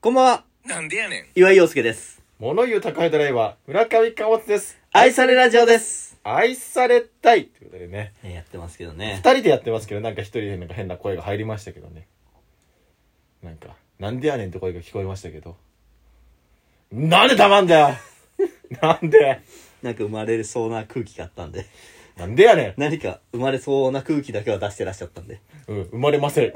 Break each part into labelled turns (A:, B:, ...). A: こんばんは、
B: なんでやねん。
A: 岩井陽介です。
C: 物言う宅配ドライバー、村上貨物です。
A: 愛されラジオです。
C: 愛されたいということでね。
A: ねやってますけど
C: 二
A: ね。
C: 人でやってますけど、なんか一人でなんか変な声が入りましたけどね。なんか、なんでやねんって声が聞こえましたけど。なんで黙んだよなんで
A: なんか生まれそうな空気があったんで、
C: なんでやね
A: 何か生まれそうな空気だけは出してらっしゃったんで。
C: んうん、生まれません。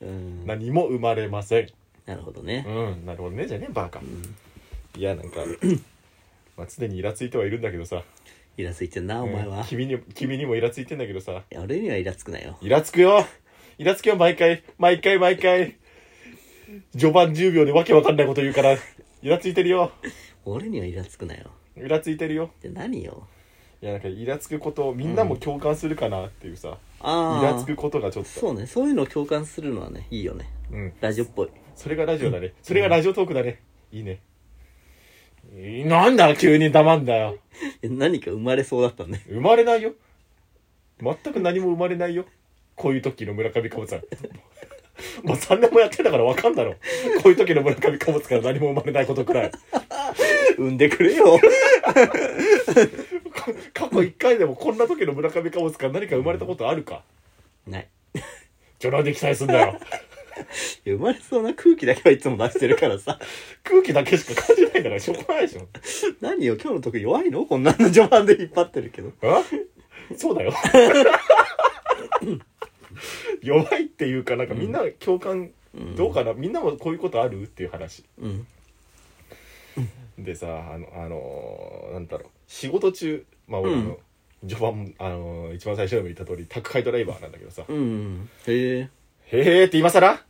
A: うん。
C: 何も生まれません。
A: なるほどね
C: う。ん、なるほどね、じゃねえ、バカ。い や、なんか、まあ、常にイラついてはいるんだけどさ。
A: イラついてんな、お前
C: うん
A: は。い
C: 君に、君にもイラついてんだけどさ。
A: や俺にはイラつくなよ。
C: イラつくよイラつくよ毎回毎回毎回序盤10秒でわけわかんないこと言うからイラついてるよ
A: 俺にはイラつくなよ。
C: イラついてるよ
A: で何よ。
C: いやなんかイラつくことをみんなも共感するかなっていうさ、
A: ああ。
C: イラつくことがちょっと
A: そうね、そういうのを共感するのはね、いいよね。
C: うん
A: ラジオっぽい。
C: それがラジオだねそれがラジオトークだねいいねいなんだ急に黙んだよ
A: え何か生まれそうだったんで。
C: 生まれないよ全く何も生まれないよこういう時の村上かぼさんもう3年もやってんだからわかんだろこういう時の村上かぼつから何も生まれないことくらい
A: 産んでくれよ。
C: か 過去1回でもこんな時の村上貨物から何か生まれたことあるか
A: ない。
C: じゃあなんで期待すんだよ
A: いや生まれそうな空気だけはいつも出してるからさ。
C: 空気だけしか感じないんだからしょうがないでしょ
A: 何よ、今日の時弱いのこんなの序盤で引っ張ってるけど。
C: あそうだよ 弱いっていうかなんかみんな共感どうかな、みんなもこういうことあるっていう話
A: うん。
C: でさあの、あのーなんだろう仕事中まあ俺
A: うん
C: の序盤、あのー一番最初にも言った通り宅配ドライバーなんだけどさ「
A: うん。へえ。
C: へえ」って今更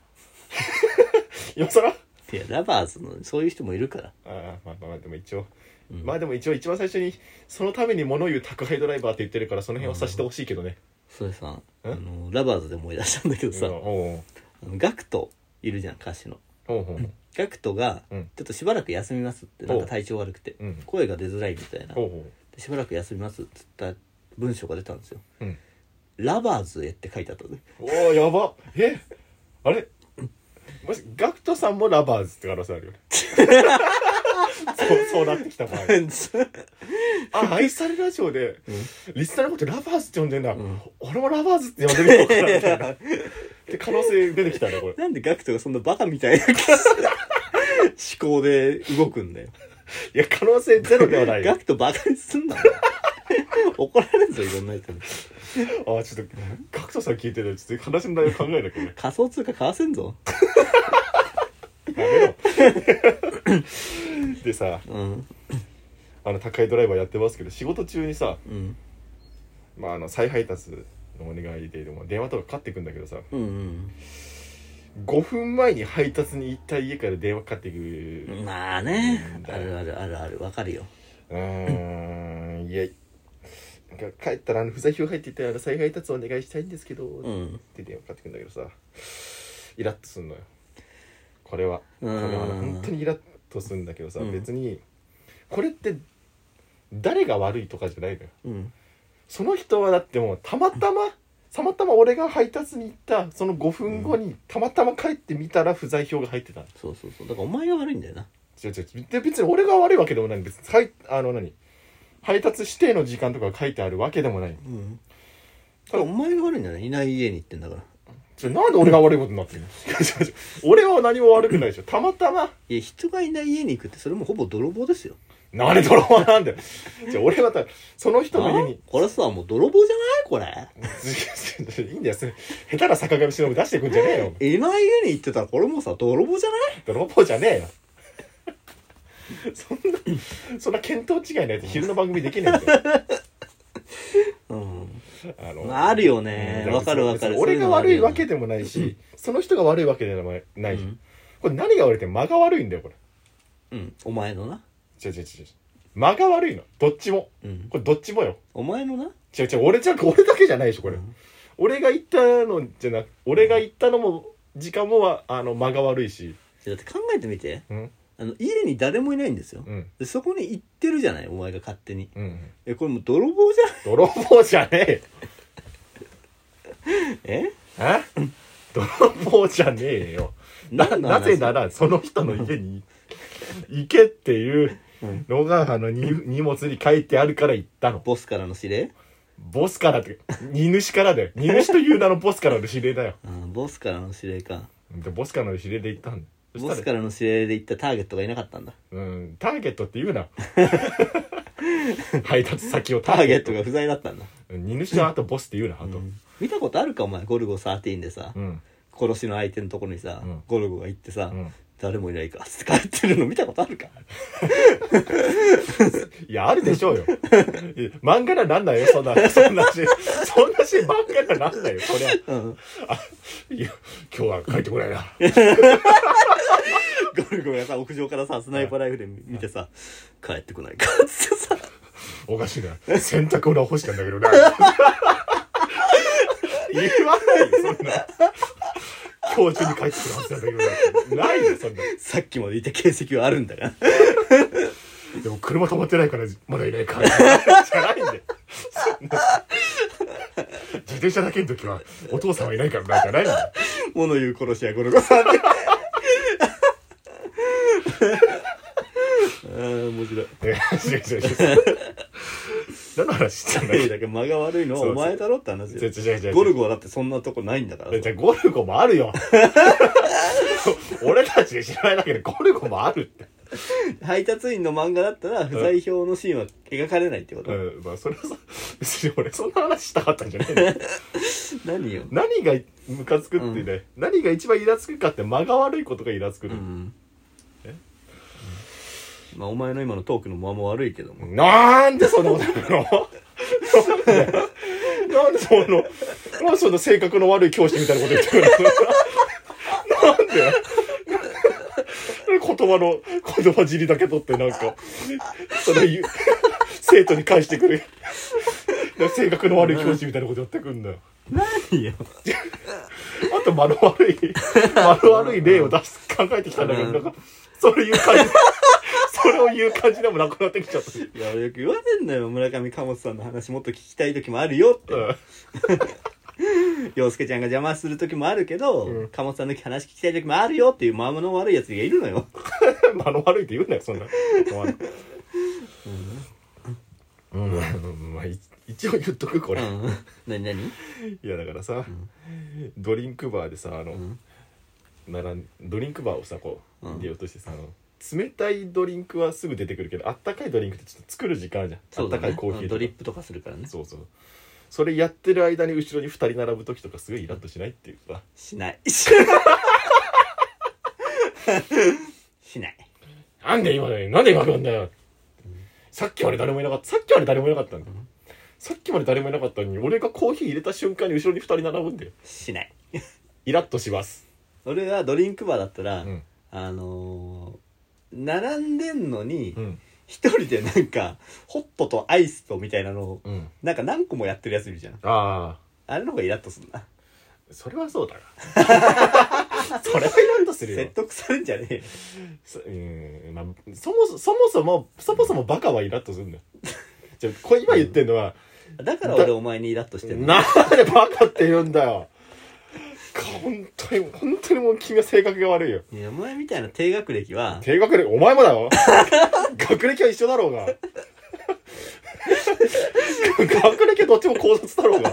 C: 今更
A: いや、ラバーズの、そういう人もいるから。
C: ああまあまあまあでも一応、
A: うん
C: まあでも一応一番最初にそのために物言う宅配ドライバーって言ってるからその辺はさしてほしいけどね、
A: それさ、あ
C: え
A: の、ラバーズで思い出したんだけど
C: うん、
A: さ、
C: おう
A: あのガクトいるじゃん、歌手の。
C: おうおうおう
A: ガクトが、
C: うん
A: ちょっとしばらく休みますって、なんか体調悪くて
C: うん、
A: 声が出づらいみたいな。
C: おう
A: で
C: おう
A: しばらく休みますって言った文章が出たんですよ。
C: うん
A: ラバーズへって書いてあったのね。
C: おーやばえあれもしガクトさんもラバーズって可能性あるよ ねそうそうなってきた 場合あ愛されラジオで、リスナーのことラバーズって呼んでんだ、
A: ん
C: 俺もラバーズって呼んでみようかなみたい なって可能性出てきたねこ れ
A: なんでガクトがそんなバカみたいな思考で動くんだよ。
C: いや可能性ゼロではないよ
A: ガクトバカにす んな。怒られるぞ、いろんな人に。
C: あちょっと角田さん聞いてるちょっと話の内容考えなきゃね
A: 仮想通貨買わせんぞ。
C: やめろ でさ
A: うん。
C: あの宅配ドライバーやってますけど仕事中にさ、
A: うん。
C: まあ、あの再配達のお願いででも電話とかかかってくんだけどさ
A: うんうん。
C: 5分前に配達に行った家から電話かかってくる
A: まあね、あるあるあるある、わかるよ。
C: うーんいやなんか帰ったらあの不在票入っててあの再配達お願いしたいんですけど、
A: う
C: っ
A: ん。
C: て電話かかってくんだけどさイラッとすんのよこれは
A: う
C: これは
A: ん。
C: 本当にイラッとするんだけどさ、
A: うん
C: 別にこれって誰が悪いとかじゃないのよ
A: うん。
C: その人はだってもうたまたまたまたま俺が配達に行ったその5分後にたまたま帰ってみたら不在票が入ってたの
A: そうそうそう。だからお前が悪いんだよな。
C: 違う違うで別に俺が悪いわけでもない別にはいあの何配達指定の時間とかが書いてあるわけでもない
A: うん。お前が悪いんだよ。いない家に行ってんだから。
C: ちょなんで俺が悪いことになってるの 違う違う俺は何も悪くないでしょたまたま
A: いや、人がいない家に行くって、それもほぼ泥棒ですよ。
C: 何で泥棒なんだよじゃあ俺はたその人の家に
A: あこれさ、もう泥棒じゃないこれ。
C: いいんだよ、それ下手な坂上忍出してくんじゃねえよ。
A: いない家に行ってたら、これもうさ、泥棒じゃない
C: 泥棒じゃねえよ。そんな、そんな見当違いないと昼の番組できねえんだよ。
A: うん。
C: あ
A: あるよね
C: うん
A: わかるわかる
C: 別に俺が
A: そう
C: 悪
A: い
C: いう
A: のあるよね
C: わけでもないし、その人が悪いわけでもないうし
A: ん。
C: これ何が悪いって間が悪いんだよ、これ。
A: うん。お前のな。
C: 違う違う違う違う。間が悪いの。どっちも。
A: うん。
C: これどっちもよ。
A: お前のな。
C: 違う違う、俺じゃなく俺だけじゃないでしょ、これ。俺が言ったのじゃなく、俺が言ったのも、時間もは、あの、間が悪いし。
A: だって考えてみて。
C: うん。
A: あの、家に誰もいないんですよ。
C: うん。
A: で、そこに行ってるじゃない、お前が勝手に。
C: うん。
A: え、これもう泥棒じゃない
C: 泥棒じゃねえよ。
A: え
C: え泥棒じゃねえよな
A: なんなん
C: なぜならその人の家に行けっていう
A: うん
C: ロガンハのに荷物に書いてあるから行ったの
A: ボスからの指令、
C: ボスからって荷主からだよ荷主という名のボスからの指令だよ
A: うん、ボスからの指令か
C: でボスからの指令で行ったんだそし
A: ボ
C: たら
A: スからの指令で行ったターゲットがいなかったんだ
C: うんターゲットって言うな 配達先を
A: ターゲットが不在だったんだ、
C: 荷主のあとボスって言うなあと
A: うん見たことあるかお前ゴルゴ13でさ、
C: うん
A: 殺しの相手のところにさ、
C: うん
A: ゴルゴが行ってさ、
C: うん
A: 誰もいないかっつって帰ってるの見たことあるか
C: いや、あるでしょうよ。いや漫画ならなんないよ、そんな、そんなし、そんなし漫画ならなんないよ、これは。
A: うん
C: あいや、今日は帰ってこないな。
A: ゴルゴがさ屋上からさスナイパーライフで見てさ帰ってこないかっつってさ
C: おかしいな。洗濯物は干したんだけどな。言わないよ、そんな。今日中に帰ってくるはずなんだけどな。ないよ、そんな。
A: さっきまでいた形跡はあるんだが
C: でも車止まってないから、まだいないから。じゃないんだよ。そんな自転車だけの時は、お父さんはいないからな、じゃないんだよ。
A: 物言う殺し屋ゴルゴさん であー面白い
C: いや違う違う違う。何の話してんだっけ
A: だけど間が悪いのはお前だろって話
C: 違う違う違う違
A: よ
C: う
A: ゴルゴはだってそんなとこないんだから
C: じゃあゴルゴもあるよ 俺たちで知らないだけでゴルゴもあるって
A: 配達員の漫画だったら不在票のシーンは描かれないってこと、
C: うんまあそれはさ別に俺そんな話したかったんじゃないんだよ
A: 何よ
C: 何がムカつくってね、何が一番イラつくかって間が悪いことがイラつく
A: う
C: の、
A: ん
C: え
A: まあお前の今のトークの間も悪いけども
C: なんでそんなことなるの なんでなんでそのなんでその性格の悪い教師みたいなこと言ってくるのなんで言葉の言葉尻だけ取ってなんかその言う生徒に返してくる性格の悪い教師みたいなことやってくんだよ
A: 何よ
C: あと間の悪い間の悪い例を出す考えてきたんだけどなんかそれ言う感じそれを言う感じでもなくなってきちゃったし
A: いやよく言われんだよ村上貨物さんの話もっと聞きたい時もあるよって
C: うん
A: 洋介ちゃんが邪魔する時もあるけど、
C: うん
A: 貨物さんの話聞きたい時もあるよっていう間の悪いやつがいるのよ
C: 間の悪いって言うなよそんなうん、うん、まあい一応言っとくこ
A: う
C: れ、
A: ん何何
C: いやだからさ、ドリンクバーでさあの、
A: ん
C: ならドリンクバーをさこう
A: うん
C: 入れようとしてさ、あの冷たいドリンクはすぐ出てくるけどあったかいドリンクってちょっと作る時間あるじゃん、あ
A: そ
C: っ
A: う
C: た
A: だ
C: か
A: ね
C: いコーヒー
A: うん
C: と
A: ド
C: か
A: リップとかするからね
C: そうそうそれやってる間に後ろに2人並ぶ時とかすごいイラッとしないっていうか
A: しない しない
C: なんで今だよなんで今来るんだよ、さっきまで誰もいなかったさっきまで誰もいなかったんだよ、さっきまで誰もいなかったのに俺がコーヒー入れた瞬間に後ろに2人並ぶんだよ
A: しない
C: イラッとします
A: 俺はドリンクバーだったら、
C: うん
A: あのー並んでんのに
C: うん
A: 一人でなんかホットとアイスとみたいなのを
C: うん
A: なんか何個もやってるやついるじゃん
C: ああ
A: あれの方がイラッとすんな
C: それはそうだ なそれはイラッとするよ
A: 説得されんじゃねえよ
C: そうんまあそもそそもそもそもそもバカはイラッとするん だよじゃあこれ今言ってんのは、
A: だから俺お前にイラッとしてんの
C: なんでバカって言うんだよ本当に本当にもう君は性格が悪いよ
A: いやお前みたいな低学歴は
C: 低学歴お前もだよ学歴は一緒だろうが学歴はどっちも高卒だろうが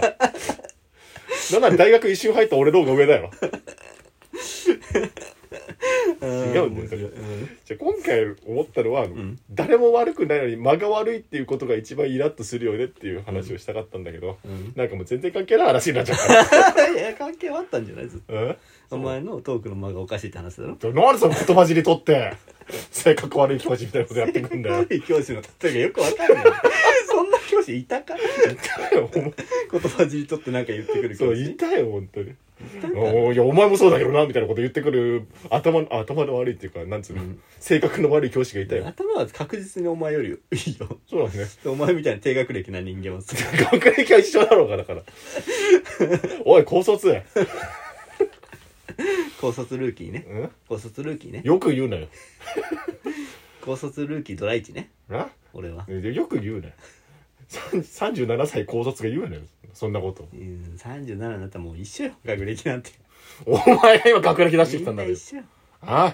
C: なんなら大学一瞬入った俺の方が上だよ違うんだよ
A: うん
C: じゃあ今回思ったのは、
A: ん
C: 誰も悪くないのに間が悪いっていうことが一番イラッとするよねっていう話をしたかったんだけど、
A: うん
C: なんかもう全然関係ない話になっちゃった、
A: いや関係はあったんじゃないずっと
C: うん
A: お前のトークの間がおかしいって話だろ
C: なんでその言葉尻取って、性格悪い気持ちみたいなことやってくんだよ。
A: 悪い教師の例えがよくわか んないそんな教師いたか
C: 痛いよ、お前
A: 言葉尻取ってなんか言ってくる
C: そ
A: 教
C: う、
A: 師
C: 痛いよ、本当に。おいや、お前もそうだけどな、みたいなこと言ってくる、頭の、頭の悪いっていうか、なんつうの、性格の悪い教師がいたよ。
A: 頭は確実にお前よりいいよ
C: そうなんですね。
A: お前みたいな低学歴な人間はする
C: 学歴は一緒だろうが、だから。おい、高卒や。
A: 高卒ルーキーね
C: うん
A: 高卒ルーキーね
C: よく言うなよ。
A: 高卒ルーキードライチね
C: な
A: 俺は
C: よく言うなよ。さん37歳高卒が言うなよ、そんなこと。
A: うん37になったらもう一緒よ学歴なんて
C: お前が今学歴出してきたんだ
A: 引退
C: けど
A: しちゃう
C: ああ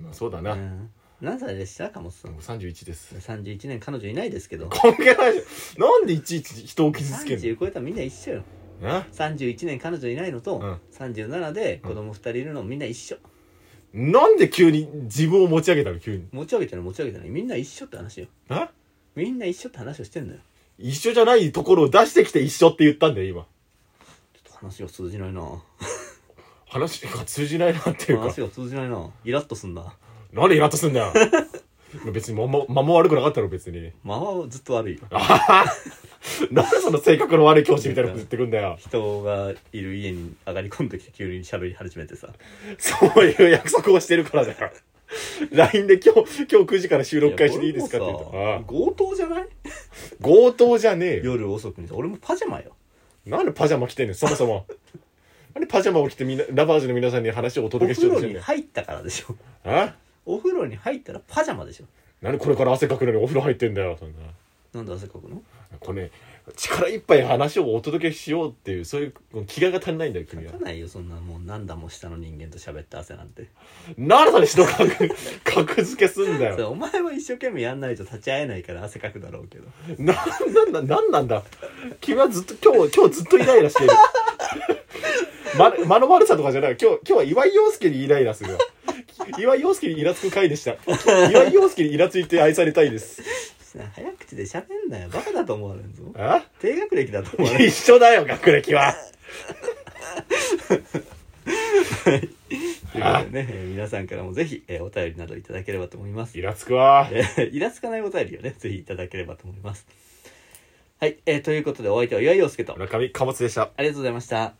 C: まあそうだな、
A: うん何歳でしたかもさ
C: も
A: ん
C: う31です
A: 31年彼女いないですけど
C: 関係ないじゃんなんでいちいち人を傷つける
A: 30超えたらみんな一緒よ
C: のな
A: 31年彼女いないのと、
C: うん
A: 37で子供2人いるのみんな一緒
C: なんで急に自分を持ち上げたの急に
A: 持ち上げてない持ち上げてないみんな一緒って話よ
C: な
A: みんな一緒って話をしてんだよ
C: 一緒じゃないところを出してきて一緒って言ったんだよ今
A: ちょっと話が通じないな
C: 話が通じないなっていうか
A: 話が通じないなイラッとすんな
C: なんでイラッとすんだよ 別に間も間も悪くなかったろ別に
A: 間はずっと悪い
C: なんでその性格の悪い教師みたいなこと言ってくんだよ
A: 人がいる家に上がり込んできて急に喋り始めてさ
C: そういう約束をしてるからだよ LINE で今日今日9時から収録開始でいいですかって言
A: や
C: う
A: ことれも
C: あ
A: さ
C: あ
A: 強盗じゃない
C: 強盗じゃねえよ
A: 夜遅くにさ俺もパジャマよ
C: なんでパジャマ着てんねんそもそ もなんでパジャマを着てみんなラバージュの皆さんに話をお
A: お
C: 届けし
A: 風
C: よう
A: 呂
C: としてん
A: に
C: ねん
A: 入ったからでしょ
C: あ
A: お風呂に入ったらパジャマでしょ
C: なんでこれから汗かくのにお風呂入ってんだよそんな
A: なんで汗かくの
C: これ、ね、力いっぱい話をお届けしようっていうそういう気概が足りないんだよ君は
A: かかないよそんなもう何段も下の人間と喋った汗なんて
C: なんでそれ人格格付けすんだ
A: それ
C: よ
A: お前は一生懸命やんないと立ち会えないから汗かくだろうけど
C: なんなんだなんなんだ君はずっと今日今日ずっとイライラしてるま、間の悪さとかじゃない今日今日は岩井陽介にイライラするわ岩井陽介にイラつく回でした岩井陽介にイラついて愛されたいです
A: 早口で喋んなよバカだと思われんぞ
C: あ
A: 低学歴だと思われん
C: 一緒だよ学歴は
A: ということでね、えー皆さんからもぜひ、えーお便りなどいただければと思います
C: イラつくわ
A: えーイラつかないお便りをねぜひいただければと思いますはい、えーということでお相手は岩井陽介とあり
C: 村上貨物でした
A: がとうございました